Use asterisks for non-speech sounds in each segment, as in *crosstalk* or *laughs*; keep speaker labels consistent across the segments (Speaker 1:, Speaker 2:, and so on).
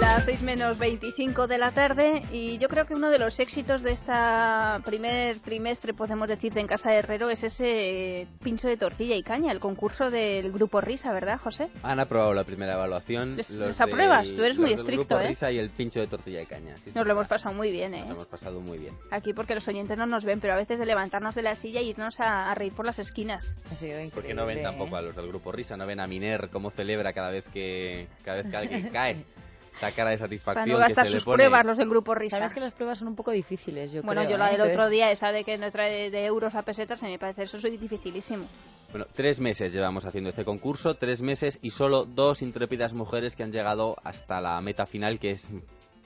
Speaker 1: las 6 menos 25 de la tarde y yo creo que uno de los éxitos de esta primer trimestre, podemos decir, de En Casa de Herrero es ese eh, pincho de tortilla y caña, el concurso del Grupo Risa, ¿verdad, José?
Speaker 2: Han aprobado la primera evaluación.
Speaker 1: Les, los les apruebas,
Speaker 2: del-
Speaker 1: tú eres
Speaker 2: los
Speaker 1: muy
Speaker 2: del
Speaker 1: estricto,
Speaker 2: Grupo
Speaker 1: ¿eh?
Speaker 2: Risa y el pincho de tortilla de caña. sí,
Speaker 1: Nos
Speaker 2: señora.
Speaker 1: lo hemos pasado muy bien, ¿eh?
Speaker 2: Nos hemos pasado muy bien.
Speaker 1: Aquí porque los oyentes no nos ven, pero a veces de levantarnos de la silla y irnos a, a reír por las esquinas.
Speaker 3: Ha sido increíble.
Speaker 2: Porque no ven
Speaker 3: ¿eh?
Speaker 2: tampoco a los del grupo Risa, no ven a Miner cómo celebra cada vez que cada vez
Speaker 1: *laughs*
Speaker 2: que alguien cae. Esa cara de
Speaker 1: Para
Speaker 2: satisfacción
Speaker 1: no
Speaker 2: que
Speaker 1: gastar
Speaker 2: se le
Speaker 1: sus
Speaker 2: pone.
Speaker 1: pruebas los del Grupo Risa.
Speaker 3: Sabes que las pruebas son un poco difíciles, yo
Speaker 1: bueno,
Speaker 3: creo,
Speaker 1: yo la
Speaker 3: ¿eh?
Speaker 1: del
Speaker 3: Entonces,
Speaker 1: otro día, esa de que no trae de euros a pesetas, se me parece eso es dificilísimo.
Speaker 2: Bueno, tres meses llevamos haciendo este concurso, tres meses y solo dos intrépidas mujeres que han llegado hasta la meta final, que es,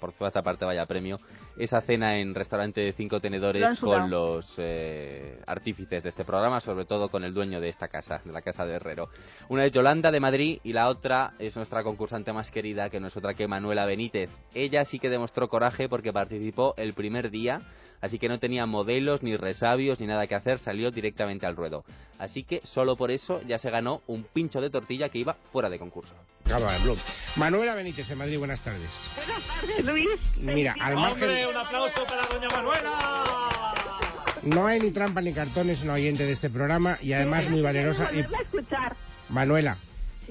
Speaker 2: por toda esta parte vaya premio, esa cena en restaurante de cinco
Speaker 1: Lo han
Speaker 2: tenedores
Speaker 1: sudado.
Speaker 2: con los eh, artífices de este programa, sobre todo con el dueño de esta casa, de la casa de Herrero. Una es Yolanda de Madrid y la otra es nuestra concursante más querida, que no es otra que Manuela Benítez. Ella sí que demostró coraje porque participó el primer día, así que no tenía modelos, ni resabios, ni nada que hacer, salió directamente al ruedo. Así que solo por eso ya se ganó un pincho de tortilla que iba fuera de concurso.
Speaker 4: Cámara, Blum. Manuela Benítez, de Madrid, buenas tardes.
Speaker 5: Buenas tardes, Luis.
Speaker 4: Mira, al margen,
Speaker 5: un aplauso para doña Manuela.
Speaker 4: no hay ni trampa ni cartón, es una oyente de este programa y además muy valerosa. Y,
Speaker 5: Volverla a escuchar.
Speaker 4: Manuela,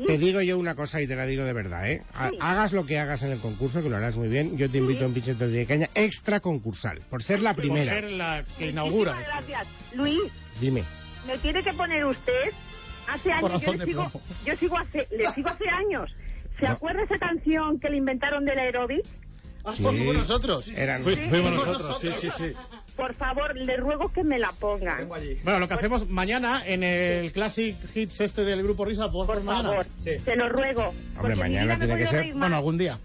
Speaker 4: te digo yo una cosa y te la digo de verdad, ¿eh? Ha- Hagas lo que hagas en el concurso, que lo harás muy bien, yo te invito a un pinche tortilla de caña extra concursal, por ser la primera.
Speaker 6: Por ser la que inaugura.
Speaker 5: Muchísimas
Speaker 6: esto.
Speaker 5: gracias. Luis,
Speaker 4: Dime.
Speaker 5: me tiene que poner usted. Hace años yo
Speaker 6: Corazón
Speaker 5: le
Speaker 6: de
Speaker 5: sigo,
Speaker 6: plomo.
Speaker 5: yo sigo hace, le sigo hace años. ¿Se
Speaker 4: No.
Speaker 5: acuerda esa canción que le inventaron del aeróbic?
Speaker 6: Ah,
Speaker 4: Sí.
Speaker 6: fuimos nosotros.
Speaker 4: Eran-
Speaker 6: Fui-
Speaker 5: Fuimos
Speaker 6: fuimos nosotros, sí, sí, sí.
Speaker 5: Por favor, le ruego que me la pongan.
Speaker 6: Bueno, lo que hacemos mañana en el Classic Hits este del grupo Risa, ¿puedo
Speaker 5: Por
Speaker 6: hacer mañana?
Speaker 5: favor,
Speaker 6: Sí.
Speaker 5: se lo ruego. porque
Speaker 4: mañana
Speaker 5: en mi vida me
Speaker 4: tiene
Speaker 5: he
Speaker 4: que
Speaker 5: podido
Speaker 4: ser.
Speaker 5: reír más. ¿eh?
Speaker 6: Bueno, algún día.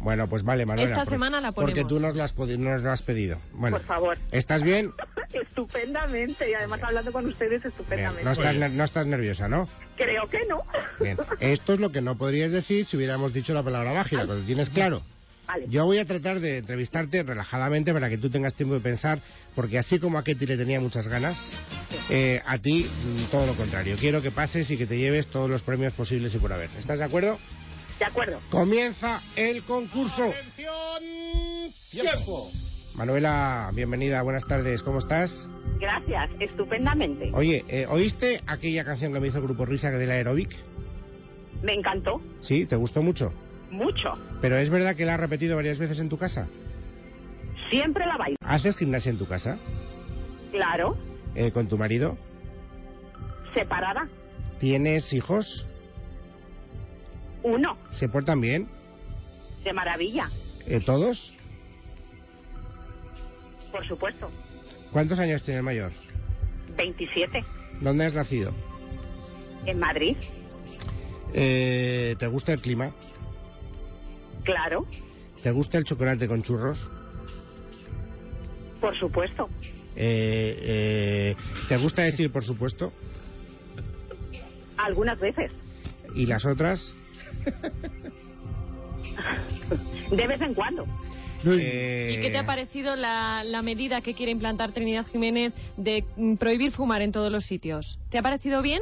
Speaker 4: Bueno, pues vale, Manuela.
Speaker 3: Esta
Speaker 4: por-
Speaker 3: semana la
Speaker 4: Porque
Speaker 3: ponemos.
Speaker 4: tú nos lo has, podi- nos lo has pedido. Bueno,
Speaker 5: Por favor. *laughs*
Speaker 4: ¿estás bien?
Speaker 5: Estupendamente, y además hablando con ustedes
Speaker 4: Bien,
Speaker 5: estupendamente.
Speaker 4: No estás,
Speaker 6: Muy bien.
Speaker 4: ner- no estás nerviosa, ¿no?
Speaker 5: Creo que no.
Speaker 4: Bien. Esto es lo que no podrías decir si hubiéramos dicho la palabra mágica, que lo tienes claro.
Speaker 5: *laughs* Vale.
Speaker 4: Yo voy a tratar de entrevistarte relajadamente para que tú tengas tiempo de pensar, porque así como a Ketty le tenía muchas ganas, eh, a ti mm, todo lo contrario. Quiero que pases y que te lleves todos los premios posibles y por haber. ¿Estás de acuerdo?
Speaker 5: De acuerdo.
Speaker 4: Comienza el concurso.
Speaker 6: ¡Atención! ¡Tiempo!
Speaker 4: Manuela, bienvenida, buenas tardes, ¿cómo estás?
Speaker 5: Gracias, estupendamente.
Speaker 4: Oye, eh, ¿oíste aquella canción que me hizo el Grupo Risa del Aerobic?
Speaker 5: Me encantó
Speaker 4: Sí, te gustó mucho.
Speaker 5: mucho.
Speaker 4: Pero es verdad que la has repetido varias veces en tu casa.
Speaker 5: Siempre la bailo.
Speaker 4: ¿Haces gimnasia en tu casa?
Speaker 5: Claro,
Speaker 4: Eh, ¿Con tu marido?
Speaker 5: separada.
Speaker 4: ¿Tienes hijos?
Speaker 5: Uno,
Speaker 4: ¿Se portan bien?
Speaker 5: de maravilla,
Speaker 4: Eh, ¿Todos?
Speaker 5: por supuesto.
Speaker 4: ¿Cuántos años tiene el mayor?
Speaker 5: 27,
Speaker 4: ¿Dónde has nacido?
Speaker 5: en Madrid.
Speaker 4: Eh, ¿Te gusta el clima?
Speaker 5: Claro,
Speaker 4: ¿Te gusta el chocolate con churros?
Speaker 5: por supuesto.
Speaker 4: Eh, eh, ¿Te gusta decir por supuesto?
Speaker 5: Algunas veces.
Speaker 4: ¿Y las otras?
Speaker 5: De vez en cuando.
Speaker 4: Eh,
Speaker 7: ¿Y qué te ha parecido la, la medida que quiere implantar Trinidad Jiménez de mm, prohibir fumar en todos los sitios? ¿Te ha parecido bien?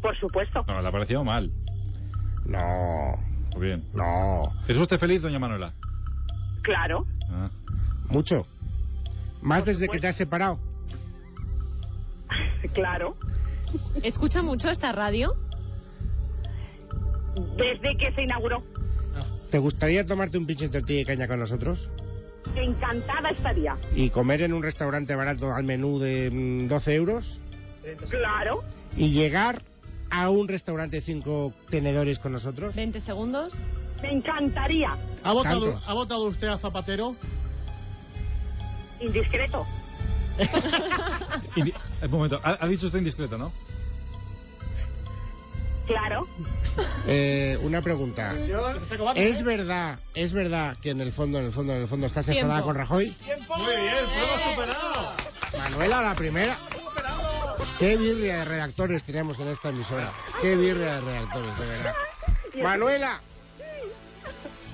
Speaker 5: Por supuesto.
Speaker 8: No, le ha parecido mal.
Speaker 4: No,
Speaker 8: Muy bien.
Speaker 4: no.
Speaker 8: ¿Es usted feliz, doña Manuela?
Speaker 5: Claro,
Speaker 8: Ah.
Speaker 4: Mucho. ¿Más
Speaker 5: Por
Speaker 4: desde que te has separado?
Speaker 5: claro.
Speaker 7: ¿Escucha mucho esta radio?
Speaker 5: Desde que se inauguró.
Speaker 4: ¿Te gustaría tomarte un pinche tortilla y caña con nosotros?
Speaker 5: Encantada estaría.
Speaker 4: ¿Y comer en un restaurante barato al menú de mm, 12 euros?
Speaker 5: Claro,
Speaker 4: ¿Y llegar a un restaurante de cinco tenedores con nosotros?
Speaker 7: 20 segundos.
Speaker 5: me encantaría.
Speaker 8: Ah.
Speaker 6: ¿Ha votado,
Speaker 4: Tanto.
Speaker 6: ¿Ha votado usted a Zapatero?
Speaker 5: Indiscreto.
Speaker 8: Indi- Un momento, ha, ha dicho usted indiscreto, ¿no?
Speaker 5: Claro,
Speaker 4: Eh, una pregunta.
Speaker 6: Este cobarde,
Speaker 4: ¿Es
Speaker 6: ¿eh?
Speaker 4: verdad, es verdad que en el fondo, en el fondo, en el fondo estás enfadada
Speaker 7: Tiempo.
Speaker 4: con Rajoy?
Speaker 6: Muy bien, prueba superado.
Speaker 4: Manuela, la primera. Qué birria de redactores tenemos en esta emisora. Qué birria de redactores, de verdad. Manuela,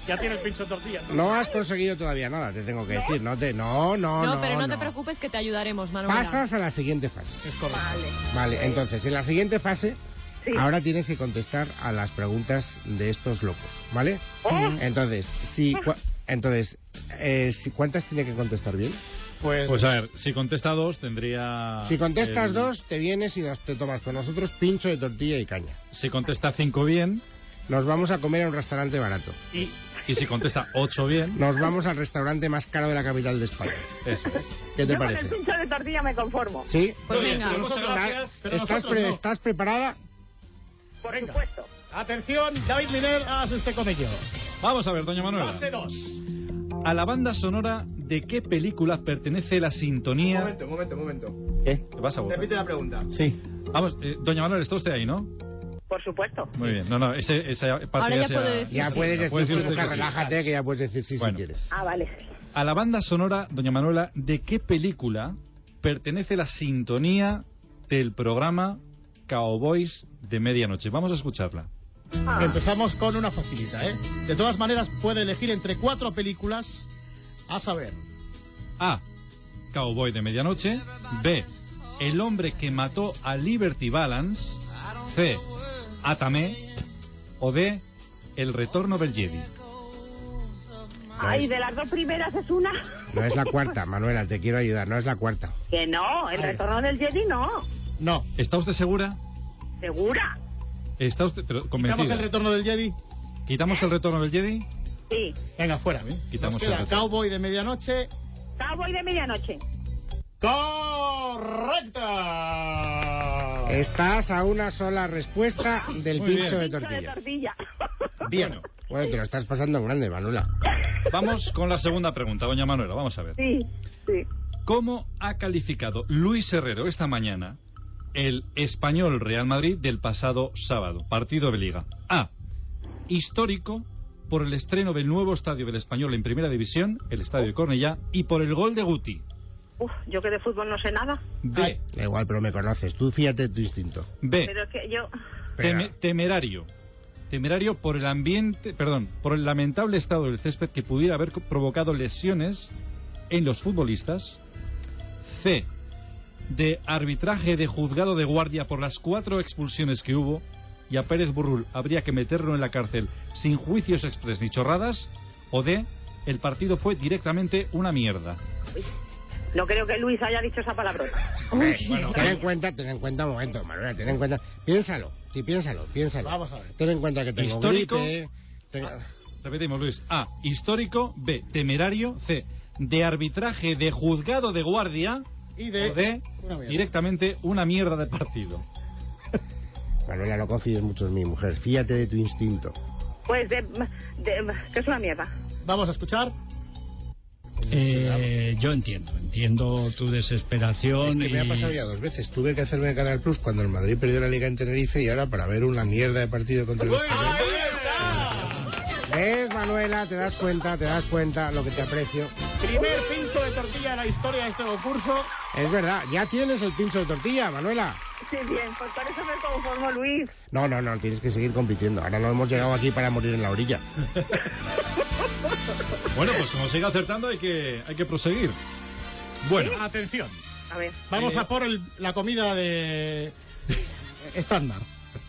Speaker 6: Ya tiene el pincho de tortilla.
Speaker 4: no has conseguido todavía nada, te tengo que decir. No, te, no, no, no.
Speaker 7: no, pero no, te preocupes que te ayudaremos, Manuela.
Speaker 4: Pasas a la siguiente fase.
Speaker 6: Es correcto.
Speaker 4: Vale, entonces, en la siguiente fase
Speaker 5: Sí.
Speaker 4: Ahora tienes que contestar a las preguntas de estos locos, ¿vale?
Speaker 5: Oh. Ah.
Speaker 4: Entonces, si, cua- entonces eh, si- ¿cuántas tiene que contestar bien?
Speaker 6: Pues,
Speaker 8: Pues a ver, si contesta dos, tendría.
Speaker 4: Si contestas
Speaker 8: el-
Speaker 4: dos, te vienes y nos- te tomas con nosotros pincho de tortilla y caña.
Speaker 8: Si contesta cinco bien.
Speaker 4: Nos vamos a comer a un restaurante barato.
Speaker 8: Y, y si contesta ocho bien.
Speaker 5: Ah.
Speaker 4: Nos vamos al restaurante más caro de la capital de España.
Speaker 8: Eso es.
Speaker 4: ¿Qué te
Speaker 5: Yo con el
Speaker 4: parece?
Speaker 5: pincho de tortilla me conformo.
Speaker 4: ¿Sí?
Speaker 7: Pues
Speaker 6: Muy bien,
Speaker 7: venga.
Speaker 6: pero muchas
Speaker 4: ¿Estás-
Speaker 6: gracias, pero
Speaker 4: ¿Estás,
Speaker 6: nosotros
Speaker 4: pre-
Speaker 6: no.
Speaker 4: ¿Estás preparada?
Speaker 5: Por
Speaker 6: Venga.
Speaker 5: supuesto.
Speaker 6: Atención, David Miner, haz este comello.
Speaker 8: Vamos a ver, doña Manuela.
Speaker 6: Fase 2.
Speaker 8: A la banda sonora de qué película pertenece la sintonía.
Speaker 9: un momento, un momento.
Speaker 8: ¿Qué? ¿Qué pasa, vos?
Speaker 9: la pregunta.
Speaker 6: Sí.
Speaker 8: Vamos, eh, doña Manuela, está usted ahí, ¿no?
Speaker 5: Por supuesto.
Speaker 8: Muy bien. No, no, ese, esa parte
Speaker 7: Ahora ya
Speaker 8: se
Speaker 7: puedo
Speaker 8: ha-
Speaker 7: decir
Speaker 4: Ya
Speaker 7: sí.
Speaker 4: puedes
Speaker 8: Ya
Speaker 4: decir,
Speaker 8: puede
Speaker 4: sí,
Speaker 8: ser usted
Speaker 4: Lucas,
Speaker 8: que sí.
Speaker 4: relájate, que ya puedes decir sí si
Speaker 8: Bueno.
Speaker 4: quieres.
Speaker 5: Ah, vale.
Speaker 8: A la banda sonora, doña Manuela, ¿de qué película pertenece la sintonía del programa Cowboys de Medianoche? Vamos a escucharla.
Speaker 5: Ah,
Speaker 6: Empezamos con una facilita, ¿eh? De todas maneras, puede elegir entre cuatro películas, a saber,
Speaker 8: A. Cowboy de Medianoche. B. El hombre que mató a Liberty Balance. C. Atame. O D. El retorno del Jedi.
Speaker 5: pues, Ay, de las dos primeras es una.
Speaker 4: No es la cuarta, Manuela, te quiero ayudar, no es la cuarta.
Speaker 5: Que no, el
Speaker 6: Ay.
Speaker 5: retorno del Jedi no.
Speaker 6: no.
Speaker 8: ¿Está usted segura?
Speaker 5: ¿Segura?
Speaker 8: ¿Está usted pero,
Speaker 6: ¿Quitamos
Speaker 8: convencida?
Speaker 6: el retorno del Jedi?
Speaker 8: ¿Quitamos el retorno del Jedi?
Speaker 5: Sí.
Speaker 6: Venga, fuera.
Speaker 8: Quitamos
Speaker 6: Nos
Speaker 8: el
Speaker 6: queda
Speaker 8: retorno.
Speaker 6: Cowboy de Medianoche.
Speaker 5: Cowboy de medianoche.
Speaker 6: ¡Correcta!
Speaker 4: Estás a una sola respuesta del
Speaker 8: Muy
Speaker 4: pincho de
Speaker 8: bien.
Speaker 5: Pincho de
Speaker 4: tortilla.
Speaker 5: tortilla.
Speaker 8: Bien.
Speaker 4: Bueno, te lo estás pasando grande, Manuela.
Speaker 8: Vamos con la segunda pregunta, doña Manuela. Vamos a ver.
Speaker 5: sí, sí.
Speaker 8: ¿Cómo ha calificado Luis Herrero esta mañana el español Real Madrid del pasado sábado, partido de liga? A. Histórico por el estreno del nuevo estadio del español en primera división, el estadio de Cornellá, y por el gol de Guti.
Speaker 5: Uf, yo que de fútbol no sé nada.
Speaker 8: B.
Speaker 4: Da igual, pero me conoces. Tú fíjate de tu instinto.
Speaker 8: B.
Speaker 5: Pero es que yo.
Speaker 8: Teme-
Speaker 4: Espera.
Speaker 8: temerario. Temerario por el ambiente, perdón, por el lamentable estado del césped que pudiera haber co- provocado lesiones en los futbolistas. C. De arbitraje de juzgado de guardia por las cuatro expulsiones que hubo y a Pérez Burrul habría que meterlo en la cárcel sin juicios express ni chorradas. O D. El partido fue directamente una mierda.
Speaker 5: No creo que Luis haya dicho esa palabrota.
Speaker 4: Hombre, ten en cuenta, ten en cuenta un momento, Manuela, ten en cuenta. Piénsalo, sí, piénsalo, piénsalo.
Speaker 6: Vamos a ver.
Speaker 4: Ten en cuenta que tengo
Speaker 8: Histórico.
Speaker 4: gripe, tengo-
Speaker 8: Repetimos, Luis. A. Histórico. B. Temerario. C. De arbitraje de juzgado de guardia.
Speaker 6: Y
Speaker 8: o de
Speaker 6: Una mierda.
Speaker 8: directamente una mierda de partido.
Speaker 4: Manuela, no confíes mucho en mi mujer. Fíjate de tu instinto.
Speaker 5: Pues de. de- que es una mierda.
Speaker 6: Vamos a escuchar.
Speaker 10: Eh, yo entiendo, entiendo tu
Speaker 4: Es
Speaker 10: desesperación.
Speaker 4: que me ha pasado
Speaker 10: y-
Speaker 4: ya dos veces. Tuve que hacerme Canal Plus cuando el Madrid perdió la Liga en Tenerife y ahora para ver una mierda de partido contra el Español. ¿Ves, Manuela? Te das cuenta, te das cuenta lo que te aprecio.
Speaker 6: Primer pincho de tortilla de la historia de este concurso.
Speaker 4: Es verdad, ya tienes el pincho de tortilla, Manuela.
Speaker 5: Sí, bien, pues por eso me conformo, Luis.
Speaker 4: No, no, no, tienes que seguir compitiendo. Ahora no hemos llegado aquí para morir en la orilla.
Speaker 8: Bueno, pues como siga acertando hay que, hay que proseguir.
Speaker 6: Bueno, atención.
Speaker 5: A ver.
Speaker 6: Vamos a por el- la comida de estándar,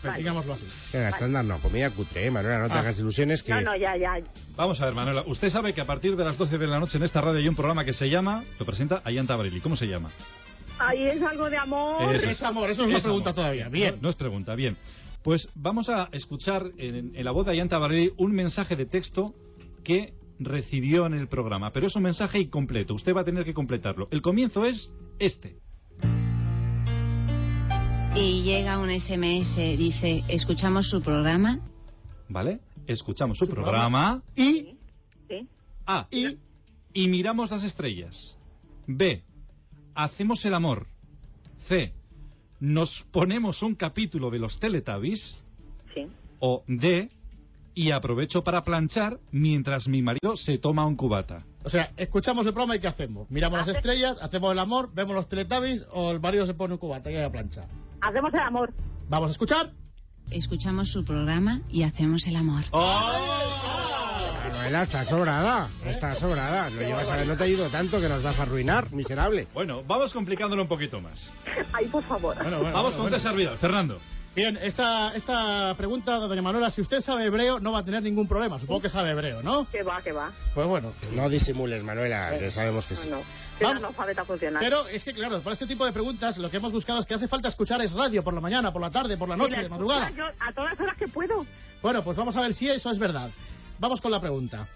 Speaker 5: Vale.
Speaker 6: digámoslo así.
Speaker 4: *laughs* Venga, estándar no, comida cutre, ¿eh, Manuela, no te
Speaker 6: Ah.
Speaker 4: hagas ilusiones que...
Speaker 5: No, no, ya, ya.
Speaker 8: Vamos a ver, Manuela. Usted sabe que a partir de las 12 de la noche en esta radio hay un programa que se llama, lo presenta Ayanta Barili. ¿Cómo se llama?
Speaker 5: Ahí es algo de amor.
Speaker 8: Eso.
Speaker 6: Es amor, eso es una
Speaker 8: Es
Speaker 6: pregunta
Speaker 8: amor.
Speaker 6: todavía. Bien.
Speaker 8: No, no es pregunta, bien. Pues vamos a escuchar en, en la voz de Ayanta Barili un mensaje de texto que recibió en el programa, pero es un mensaje incompleto. Usted va a tener que completarlo. El comienzo es este.
Speaker 11: Y llega un SMS, dice, escuchamos su programa.
Speaker 8: ¿Vale? Escuchamos su programa.
Speaker 6: Y,
Speaker 5: Sí.
Speaker 8: A.
Speaker 6: y,
Speaker 8: y miramos las estrellas. B. Hacemos el amor. C. Nos ponemos un capítulo de los Teletubbies.
Speaker 5: Sí.
Speaker 8: O D. Y aprovecho para planchar mientras mi marido se toma un cubata.
Speaker 6: o sea, escuchamos el programa y ¿qué hacemos? Miramos las estrellas, hacemos el amor, vemos los teletubbies o el marido se pone un cubata y a la plancha.
Speaker 5: Hacemos el amor.
Speaker 6: Vamos a escuchar.
Speaker 11: Escuchamos su programa y hacemos el amor.
Speaker 6: ¡Oh!
Speaker 4: Manuela, está sobrada, está sobrada. Lo llevas a ver, no te ayudo tanto que nos vas a arruinar, miserable.
Speaker 8: Bueno, vamos complicándolo un poquito más.
Speaker 5: Ay, por favor.
Speaker 6: Bueno, bueno,
Speaker 5: Ah.
Speaker 8: vamos
Speaker 6: bueno,
Speaker 8: con
Speaker 6: bueno.
Speaker 8: César Vidal. Fernando.
Speaker 6: Bien, esta, esta pregunta de doña Manuela, si usted sabe hebreo, no va a tener ningún problema. Supongo que sabe hebreo, ¿no?
Speaker 5: Que va, que va.
Speaker 6: Pues bueno.
Speaker 4: No disimules, Manuela, que sabemos que sí.
Speaker 5: No, no. Es una analfabeta funcional.
Speaker 6: Pero es que, claro, para este tipo de preguntas lo que hemos buscado es que hace falta escuchar es radio por la mañana, por la tarde, por la
Speaker 5: Y
Speaker 6: noche,
Speaker 5: la
Speaker 6: de madrugada.
Speaker 5: escucho yo a todas horas que puedo.
Speaker 6: Bueno, pues vamos a ver si eso es verdad. Vamos con la pregunta.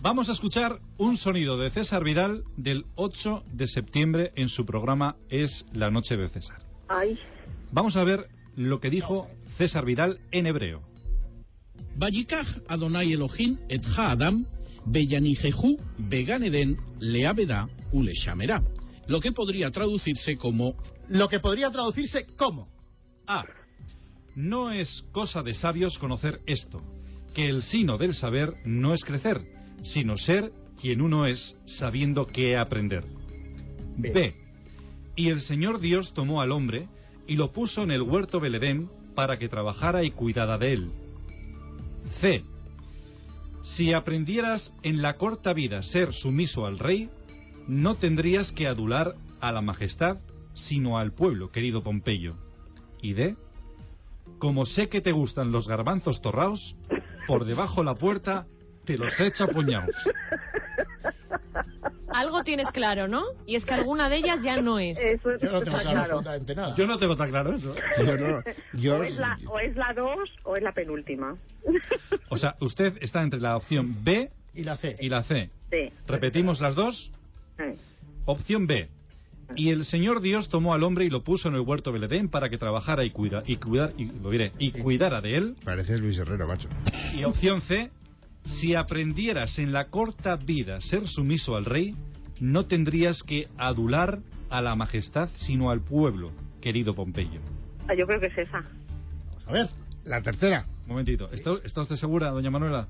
Speaker 8: Vamos a escuchar un sonido de César Vidal del 8 de septiembre en su programa Es la Noche de César.
Speaker 5: Ay,
Speaker 8: Vamos a ver lo que dijo César Vidal en hebreo.
Speaker 10: Vayikach Adonai Elohim et Adam beyanijehu began Eden leabeda uleshamera. Lo que podría traducirse como
Speaker 6: Lo que podría traducirse como.
Speaker 8: A. Ah, No es cosa de sabios conocer esto, que el sino del saber no es crecer, sino ser quien uno es sabiendo qué aprender. B. Y el Señor Dios tomó al hombre y lo puso en el huerto Beledén para que trabajara y cuidara de él. C. Si aprendieras en la corta vida ser sumiso al rey, no tendrías que adular a la majestad, sino al pueblo, querido Pompeyo. Y D. Como sé que te gustan los garbanzos torraos, por debajo la puerta te los echo a puñados.
Speaker 7: Algo tienes claro, ¿no? Y es que alguna de ellas ya no es.
Speaker 5: eso
Speaker 6: Yo no tengo
Speaker 5: está
Speaker 6: claro,
Speaker 5: claro.
Speaker 6: absolutamente nada.
Speaker 8: no tengo tan claro eso. ¿eh?
Speaker 4: Yo no-
Speaker 5: *laughs*
Speaker 4: yo-
Speaker 5: O es, Pues la, o es la dos o es la penúltima.
Speaker 8: O sea, usted está entre la opción B
Speaker 6: Y la C.
Speaker 8: y la C.
Speaker 5: Sí.
Speaker 8: Repetimos las dos.
Speaker 5: Eh.
Speaker 8: Opción B. Y el Señor Dios tomó al hombre y lo puso en el huerto Beledén para que trabajara y cuida, y cuidar y lo diré, y cuidara de él.
Speaker 4: Pareces Luis Herrero, macho.
Speaker 8: Y opción C, si aprendieras en la corta vida ser sumiso al rey, no tendrías que adular a la majestad, sino al pueblo, querido Pompeyo.
Speaker 5: Ah, Yo creo que es esa.
Speaker 6: Vamos a ver.
Speaker 4: La tercera.
Speaker 8: Un momentito, ¿está, está usted segura, doña Manuela?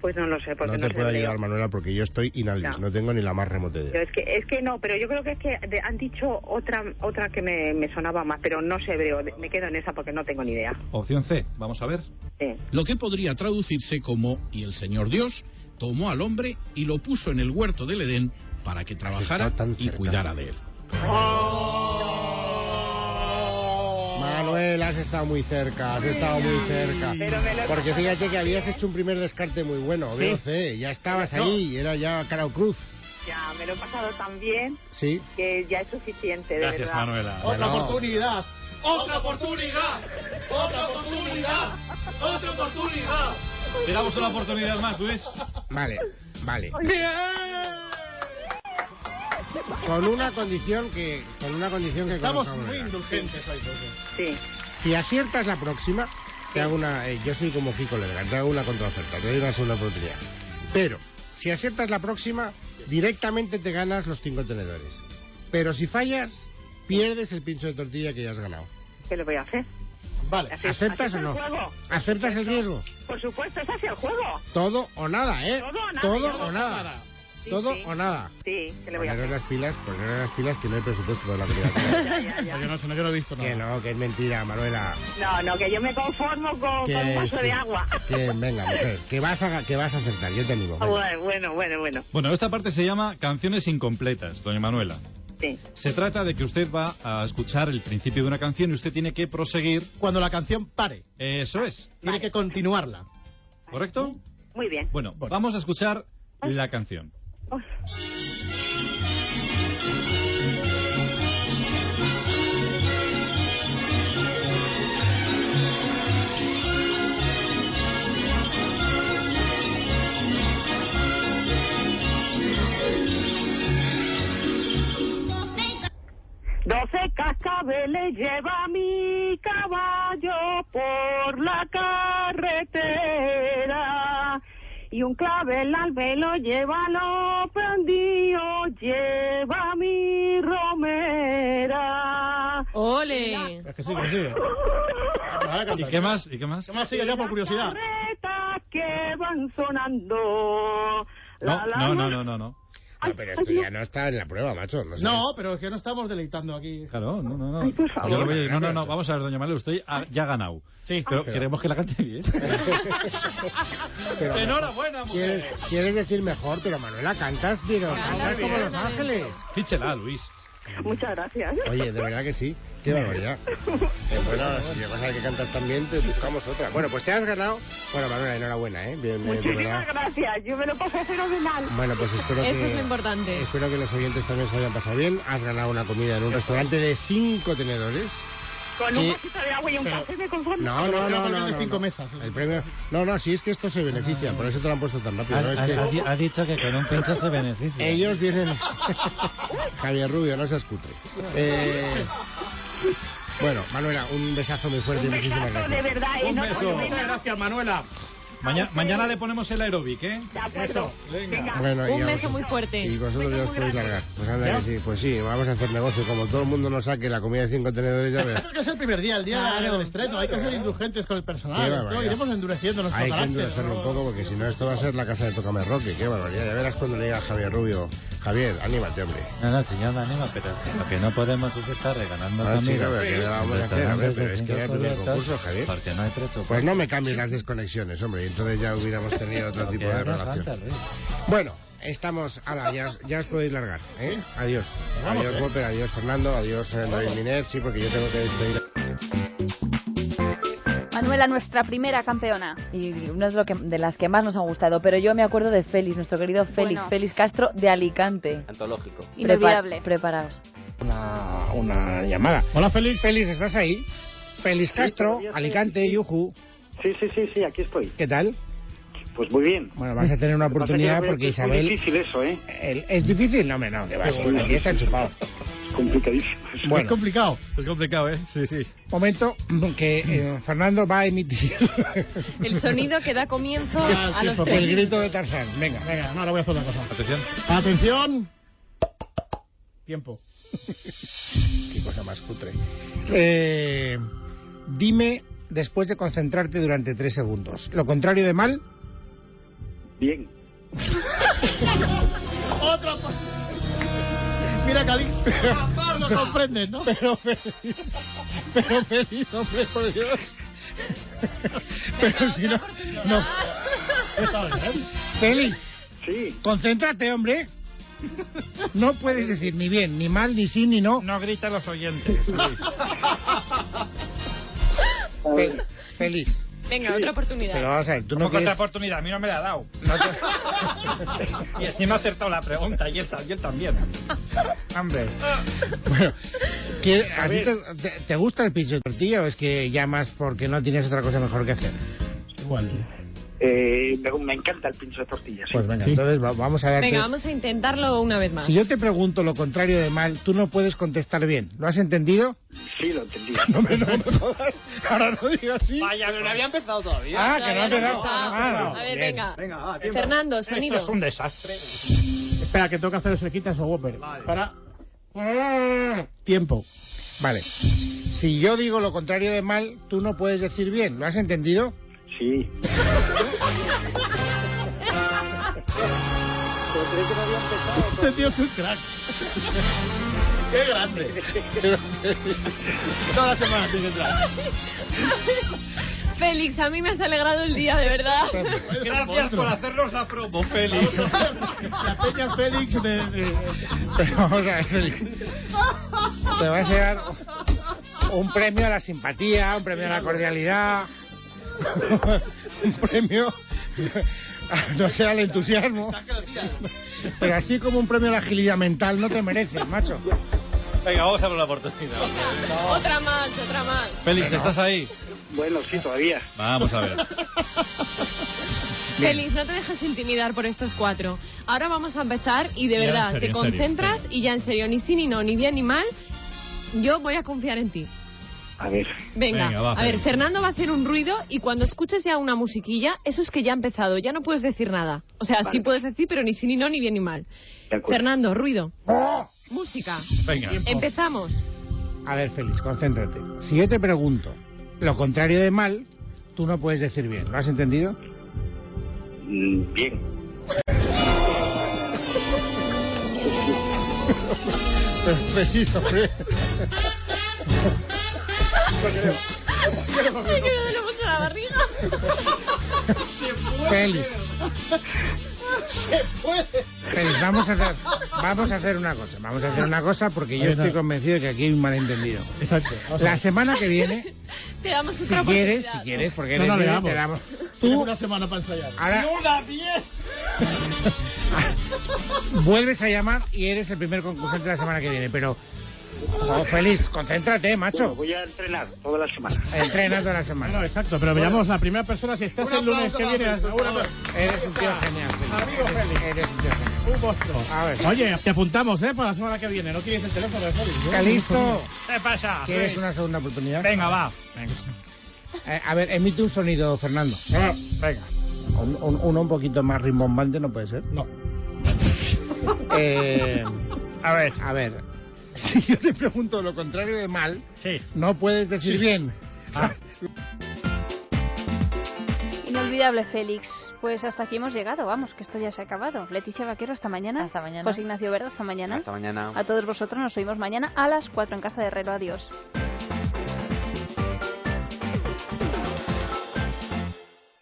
Speaker 5: Pues no lo sé,
Speaker 4: No
Speaker 5: porque no,
Speaker 4: te
Speaker 5: sé
Speaker 4: puedo
Speaker 5: hebreo.
Speaker 4: ayudar, Manuela, porque yo estoy inalvis.
Speaker 5: No.
Speaker 4: No tengo ni la más remota
Speaker 5: Yo
Speaker 4: idea.
Speaker 5: es que es que no, pero yo creo que es que de- han dicho otra otra que me, me sonaba más, pero no sé hebreo. De- Me quedo en esa porque no tengo ni idea.
Speaker 8: Opción C, vamos a ver.
Speaker 5: Sí.
Speaker 10: lo que podría traducirse como y el Señor Dios tomó al hombre y lo puso en el huerto del Edén para que trabajara
Speaker 4: estado tan
Speaker 10: y
Speaker 4: cerca.
Speaker 10: cuidara de él.
Speaker 5: Oh,
Speaker 4: Manuela, has estado muy cerca, has estado muy cerca.
Speaker 5: Pero me lo-
Speaker 4: Porque fíjate que habías hecho un primer descarte muy bueno, veo C, ya estabas ahí, era ya cara o cruz.
Speaker 5: Ya me lo he pasado tan bien
Speaker 4: Sí,
Speaker 5: que ya es suficiente, de verdad.
Speaker 6: Otra
Speaker 4: Bueno.
Speaker 6: oportunidad. Otra oportunidad. Otra oportunidad. Otra oportunidad.
Speaker 8: Te damos una oportunidad más, Luis.
Speaker 4: vale, vale. Con una condición que con una condición que
Speaker 6: Estamos
Speaker 4: conozcamos
Speaker 6: muy
Speaker 4: la-
Speaker 6: indulgentes hoy. creo que.
Speaker 5: Sí.
Speaker 4: Si aciertas la próxima, te hago una. eh, yo soy como Kiko Ledgar, te hago una contraoferta, te doy una segunda oportunidad. Pero, si aciertas la próxima, directamente te ganas los cinco tenedores. Pero si fallas, pierdes el pincho de tortilla que ya has ganado.
Speaker 5: ¿Qué le voy a hacer?
Speaker 6: Vale.
Speaker 5: Así-
Speaker 4: ¿Aceptas
Speaker 5: así
Speaker 4: o
Speaker 5: es
Speaker 4: no?
Speaker 5: el juego.
Speaker 4: ¿Aceptas el riesgo?
Speaker 5: Por supuesto, es así el juego.
Speaker 4: Todo o nada, ¿eh?
Speaker 5: Todo o nada, yo
Speaker 4: Todo
Speaker 5: no
Speaker 4: o
Speaker 5: sé
Speaker 4: nada.
Speaker 6: nada.
Speaker 5: Sí,
Speaker 4: Todo
Speaker 5: sí.
Speaker 4: o nada.
Speaker 5: Sí, ¿qué le voy a
Speaker 4: Poneros
Speaker 5: hacer?
Speaker 4: las pilas, poneros las pilas que no hay presupuesto para la
Speaker 5: *laughs*
Speaker 4: comunidad.
Speaker 5: Ya, ya, ya.
Speaker 6: Yo no, sé, no, yo no he visto nada.
Speaker 4: que no, que es mentira, Manuela.
Speaker 5: No, no, que yo me conformo con, con
Speaker 4: Que
Speaker 5: un vaso
Speaker 4: sí,
Speaker 5: de agua.
Speaker 4: Que venga, mujer, que vas a, que vas a acertar, yo te animo. venga.
Speaker 5: Ah, Bueno, bueno, bueno, bueno.
Speaker 8: Bueno, esta parte se llama Canciones Incompletas, doña Manuela.
Speaker 5: Sí.
Speaker 8: Se trata de que usted va a escuchar el principio de una canción y usted tiene que proseguir.
Speaker 6: Cuando la canción pare,
Speaker 8: Eso es,
Speaker 6: tiene que continuarla.
Speaker 8: ¿correcto?
Speaker 5: Muy bien.
Speaker 8: Bueno,
Speaker 6: Bueno.
Speaker 8: vamos a escuchar la canción.
Speaker 5: Uf. Doce cascabeles lleva mi caballo por la carretera y un clavel al velo lleva lo prendido, lleva mi romera.
Speaker 7: ¡Ole!
Speaker 6: Es que
Speaker 5: *laughs*
Speaker 6: sí, que sí. Ahora
Speaker 8: ¿Y
Speaker 6: canta.
Speaker 8: qué más? ¿Y qué más?
Speaker 6: ¿Qué más sigue ya por curiosidad?
Speaker 5: Carretas que van sonando.
Speaker 8: No, no, no, no, no, no.
Speaker 4: No, pero esto ya no está en la prueba, macho. No, sé.
Speaker 6: No, pero es que no estamos deleitando aquí.
Speaker 8: Claro, no, no, no.
Speaker 5: Ay, por favor.
Speaker 8: Yo lo veo- No, no, no, vamos a ver, doña Manuela, usted ha- ya ha ganado.
Speaker 6: Sí,
Speaker 8: Pero queremos que la cante bien.
Speaker 4: Pero-
Speaker 6: Enhorabuena, mujer.
Speaker 4: ¿Quieres, quieres decir mejor, pero Manuela, cantas, pero
Speaker 7: Canta
Speaker 4: cantas como
Speaker 7: bien,
Speaker 4: Los
Speaker 7: Manuela.
Speaker 4: Ángeles.
Speaker 8: Fíchela, Luis.
Speaker 5: Muchas gracias.
Speaker 4: Oye, de verdad que sí. Qué barbaridad. Eh, bueno, si llegas a que cantas también, te buscamos otra. Bueno, pues te has ganado. Bueno, Manuela, enhorabuena, ¿eh? Bien, bien, de
Speaker 5: Muchísimas *laughs*
Speaker 4: verdad.
Speaker 5: gracias, yo me lo pasé fenomenal.
Speaker 4: Bueno, pues espero
Speaker 7: Eso
Speaker 4: que...
Speaker 7: es lo importante.
Speaker 4: Espero que los oyentes también se hayan pasado bien. Has ganado una comida en un restaurante de cinco tenedores.
Speaker 5: Con un
Speaker 4: Y-
Speaker 5: vasito de agua y un
Speaker 4: pero-
Speaker 5: café me conformo.
Speaker 4: No, no, no, no.
Speaker 6: de
Speaker 4: no,
Speaker 6: cinco
Speaker 4: no.
Speaker 6: mesas. Ah.
Speaker 4: El premio. No, no, sí es que esto se beneficia, por eso te lo han puesto tan rápido. ¿no? Es
Speaker 9: Ha, ha- ha
Speaker 4: que
Speaker 9: di- ha dicho que con un pincho se beneficia.
Speaker 4: ellos vienen. *laughs* Javier Rubio, no se escutre.
Speaker 5: *laughs*
Speaker 4: Eh, Bueno, Manuela, un besazo muy fuerte y
Speaker 5: Un
Speaker 4: Pues muchísimas
Speaker 5: besazo, de
Speaker 4: gracias.
Speaker 5: verdad. y
Speaker 8: Un
Speaker 5: no-
Speaker 8: beso.
Speaker 5: no-
Speaker 6: Muchas gracias, Manuela.
Speaker 8: Maña- mañana le ponemos el aerobic, ¿eh?
Speaker 5: De acuerdo. pues Venga.
Speaker 4: Bueno, y
Speaker 7: Un
Speaker 4: a
Speaker 7: beso
Speaker 4: vosotros-
Speaker 7: muy fuerte.
Speaker 4: Y vosotros ya os
Speaker 5: muy
Speaker 4: podéis
Speaker 5: grande.
Speaker 4: largar. Pues anda que
Speaker 6: ¿Ya?
Speaker 4: sí, pues sí, vamos a hacer negocio. Como todo el mundo nos saque la comida de cinco tenedores, ya
Speaker 8: *laughs*
Speaker 4: verás.
Speaker 6: Creo que es el primer día, el día
Speaker 7: Claro.
Speaker 6: del estreno. Hay que ser indulgentes con el
Speaker 4: Qué
Speaker 6: personal. Esto,
Speaker 4: barbaridad.
Speaker 6: iremos endureciendo nuestro
Speaker 4: Hay que
Speaker 6: carácter.
Speaker 4: endurecerlo un poco porque si no esto va a ser la casa de Tócame Roque. Qué barbaridad. Ya verás cuando le diga a Javier Rubio. Javier, anímate, hombre.
Speaker 9: No, no, si yo me animo, pero es que lo que no podemos es estar regalando
Speaker 4: Ah,
Speaker 9: amigos.
Speaker 4: chica, pero ¿qué le vamos a hacer? A ver, pero es que era el primer concurso, Javier.
Speaker 9: Porque no hay presupuesto.
Speaker 4: Pues no me cambies las desconexiones, hombre. y Entonces ya hubiéramos tenido otro
Speaker 9: Lo
Speaker 4: tipo
Speaker 9: que
Speaker 4: de
Speaker 9: haga
Speaker 4: relación.
Speaker 9: falta, Luis.
Speaker 4: Bueno, estamos. Ahora, ya, ya os podéis largar. ¿eh? Adiós.
Speaker 9: Pues
Speaker 6: Vamos,
Speaker 4: adiós,
Speaker 6: ¿eh?
Speaker 4: Whopper. Adiós, Fernando. Adiós, eh, David Miner. Sí, porque yo tengo que despedir.
Speaker 1: Manuela, nuestra primera campeona.
Speaker 3: Y una de, lo que- de las que más nos han gustado. Pero yo me acuerdo de Félix, nuestro querido Félix,
Speaker 1: Bueno.
Speaker 3: Félix Castro de Alicante.
Speaker 2: Antológico.
Speaker 1: Inolvidable.
Speaker 3: Prepa- preparaos.
Speaker 4: Una, una llamada.
Speaker 6: Hola, Félix.
Speaker 4: Félix, ¿estás ahí? Félix Castro, Alicante, Yuju.
Speaker 12: Sí, sí, sí, sí, aquí estoy.
Speaker 4: ¿Qué tal?
Speaker 12: Pues muy bien.
Speaker 4: Bueno, vas a tener una
Speaker 12: Lo que pasa es que
Speaker 4: oportunidad
Speaker 12: yo creo
Speaker 4: porque
Speaker 12: que es muy
Speaker 4: Isabel...
Speaker 12: difícil eso, ¿eh?
Speaker 4: El- ¿Es difícil? No, hombre, no, que va, sí, aquí está enchufado.
Speaker 12: Es complicadísimo. eso.
Speaker 4: Bueno.
Speaker 6: Es complicado.
Speaker 8: Es complicado, ¿eh? Sí, sí.
Speaker 4: Momento que eh, Fernando va a emitir
Speaker 7: El sonido que da comienzo
Speaker 6: Ah,
Speaker 7: a
Speaker 6: sí,
Speaker 7: los
Speaker 6: por
Speaker 4: el
Speaker 7: tres.
Speaker 4: grito de Tarzán. Venga,
Speaker 6: Venga, no, ahora voy a hacer una cosa.
Speaker 8: Atención.
Speaker 6: Atención. Tiempo.
Speaker 4: qué cosa más cutre. Eh, dime después de concentrarte durante tres segundos. Lo contrario de mal, *laughs*
Speaker 12: Bien.
Speaker 6: Otra. pa- Mira, *laughs* Calix. Ah, Pablo, sorprendes, ¿no?
Speaker 4: pero feliz. Pero feliz, hombre, por Dios. Pero si no. no.
Speaker 6: Está bien.
Speaker 4: Félix,
Speaker 12: Sí.
Speaker 4: concéntrate, hombre. No puedes decir ni bien, ni mal, ni sí, ni no.
Speaker 9: No gritan los oyentes.
Speaker 4: Fel- feliz.
Speaker 7: Venga, otra oportunidad.
Speaker 4: Pero vamos a ver, tú no quieres...
Speaker 9: oportunidad? A mí no me la ha dado.
Speaker 4: no
Speaker 9: *laughs*
Speaker 4: te-
Speaker 9: Y encima ha acertado la pregunta, y él, también.
Speaker 12: *laughs*
Speaker 9: Hombre.
Speaker 4: Bueno,
Speaker 12: Eh,
Speaker 4: ¿qué- a ti te, te- te gusta el pincho de tortilla o es que llamas porque no tienes otra cosa mejor que hacer?
Speaker 6: Igual.
Speaker 12: Eh, me, me encanta el pincho de tortilla. sí.
Speaker 4: Pues venga, entonces va- vamos a darte...
Speaker 7: Venga, vamos a intentarlo una vez más.
Speaker 4: Si yo te pregunto lo contrario de mal, tú no puedes contestar bien. ¿Lo has entendido?
Speaker 12: Sí, lo entendí.
Speaker 4: *laughs* No me, no me jodas. Ahora no digas sí.
Speaker 9: Vaya, no había empezado todavía.
Speaker 4: Ah, que no ha
Speaker 7: Todavía no
Speaker 4: empezado.
Speaker 7: está.
Speaker 4: Ah,
Speaker 7: a ver,
Speaker 4: bien.
Speaker 7: venga.
Speaker 6: Venga, va, tiempo.
Speaker 7: Fernando, sonido.
Speaker 9: desastre.
Speaker 6: Espera, que tengo que hacer cerquitas o Whopper. Para. Tiempo.
Speaker 4: Vale. Si yo digo lo contrario de mal, tú no puedes decir bien. ¿Lo has entendido?
Speaker 12: Sí. Pero creí que no había empezado
Speaker 6: *laughs* Este tío es un crack. Qué
Speaker 8: *laughs*
Speaker 6: grande. Toda la semana tiene crack.
Speaker 7: Félix, a mí me has alegrado el día,
Speaker 4: *laughs*
Speaker 7: de verdad.
Speaker 8: Gracias por hacernos la promo, Félix.
Speaker 6: La peña Félix de, de-
Speaker 4: Pero vamos a ver, Félix. Te vas a llevar un premio a la simpatía, un premio a la cordialidad, un premio, a- no sé, al entusiasmo. Pero así como un premio a la agilidad mental no te mereces, macho.
Speaker 8: Venga, vamos a ver la oportunidad.
Speaker 7: Otra más, otra más.
Speaker 8: Félix, ¿estás ahí?
Speaker 12: *laughs* Bueno, sí, todavía.
Speaker 8: Vamos a ver.
Speaker 4: Bien.
Speaker 7: Félix, no te dejes intimidar por estos cuatro. Ahora vamos a empezar y de
Speaker 8: Ya, en
Speaker 7: verdad,
Speaker 8: serio,
Speaker 7: te
Speaker 8: en serio,
Speaker 7: concentras
Speaker 8: venga.
Speaker 7: y ya en serio, ni sí ni no, ni bien ni mal, yo voy a confiar en ti.
Speaker 12: A ver.
Speaker 7: Venga,
Speaker 8: Venga, va,
Speaker 7: a ver,
Speaker 8: Félix.
Speaker 7: Fernando va a hacer un ruido y cuando escuches ya una musiquilla, eso es que ya ha empezado, ya no puedes decir nada. O sea, sí
Speaker 12: Vale.
Speaker 7: puedes decir, pero ni sí ni no, ni bien ni mal.
Speaker 12: De acuerdo. ¡Oh!
Speaker 7: Fernando, ruido. Música.
Speaker 8: Venga.
Speaker 7: Empezamos.
Speaker 4: A ver, Félix, concéntrate. Si yo te pregunto lo contrario de mal, tú no puedes decir bien. ¿Lo has entendido?
Speaker 12: Mm, Bien.
Speaker 4: Preciso, hombre.
Speaker 7: Me quedo de lomos en la barriga.
Speaker 4: Félix.
Speaker 6: se puede.
Speaker 4: Pues vamos a hacer, vamos a hacer una cosa, vamos a hacer una cosa porque yo
Speaker 6: Ahí está.
Speaker 4: estoy convencido de que aquí hay un malentendido.
Speaker 6: Exacto. vamos a
Speaker 4: La
Speaker 6: ver.
Speaker 4: semana que viene,
Speaker 7: Te damos
Speaker 4: si
Speaker 7: otra
Speaker 4: quieres,
Speaker 7: oportunidad,
Speaker 4: si
Speaker 7: ¿no?
Speaker 4: quieres, porque
Speaker 6: No, no,
Speaker 4: eres
Speaker 6: le
Speaker 4: libre, te damos.
Speaker 6: Tú una semana para ensayar.
Speaker 4: Ahora-
Speaker 6: Y una bien.
Speaker 4: Vuelves a llamar y eres el primer concursante la semana que viene, pero oh, feliz, concéntrate,
Speaker 12: Bueno,
Speaker 4: macho.
Speaker 12: voy a entrenar toda la semana.
Speaker 4: Entrena toda la semana.
Speaker 6: No, exacto, pero veamos la primera persona si estás
Speaker 4: Un
Speaker 6: el lunes que
Speaker 4: aplauso
Speaker 6: viene.
Speaker 4: para Félix, por
Speaker 6: una-
Speaker 4: Eres un tío genial. Félix.
Speaker 6: Amigo
Speaker 4: Eres-
Speaker 6: Félix.
Speaker 4: Eres un tío genial.
Speaker 6: Un monstruo.
Speaker 4: A ver.
Speaker 6: Oye, te apuntamos, ¿eh? Para la semana que viene. No tienes el teléfono de Félix. ¿eh?
Speaker 4: Calisto,
Speaker 9: ¿Qué pasa?
Speaker 4: ¿quieres una segunda oportunidad?
Speaker 9: Venga, va.
Speaker 4: Eh, a ver, emite un sonido, Fernando.
Speaker 6: Ah,
Speaker 9: Venga.
Speaker 4: Un- un- uno un poquito más rimbombante no puede ser.
Speaker 6: No.
Speaker 4: *laughs* Eh,
Speaker 9: A ver.
Speaker 4: a ver, si yo te pregunto lo contrario de mal,
Speaker 9: Sí.
Speaker 4: no puedes decir
Speaker 9: Sí.
Speaker 4: bien.
Speaker 6: Ah.
Speaker 4: *laughs*
Speaker 1: Inolvidable, Félix. Pues hasta aquí hemos llegado. Vamos, que esto ya se ha acabado. Leticia Vaquero, hasta mañana. Hasta mañana. José Ignacio Verde, hasta mañana.
Speaker 2: Hasta mañana.
Speaker 1: A todos vosotros nos oímos mañana a las 4 en Casa de Herrero. Adiós.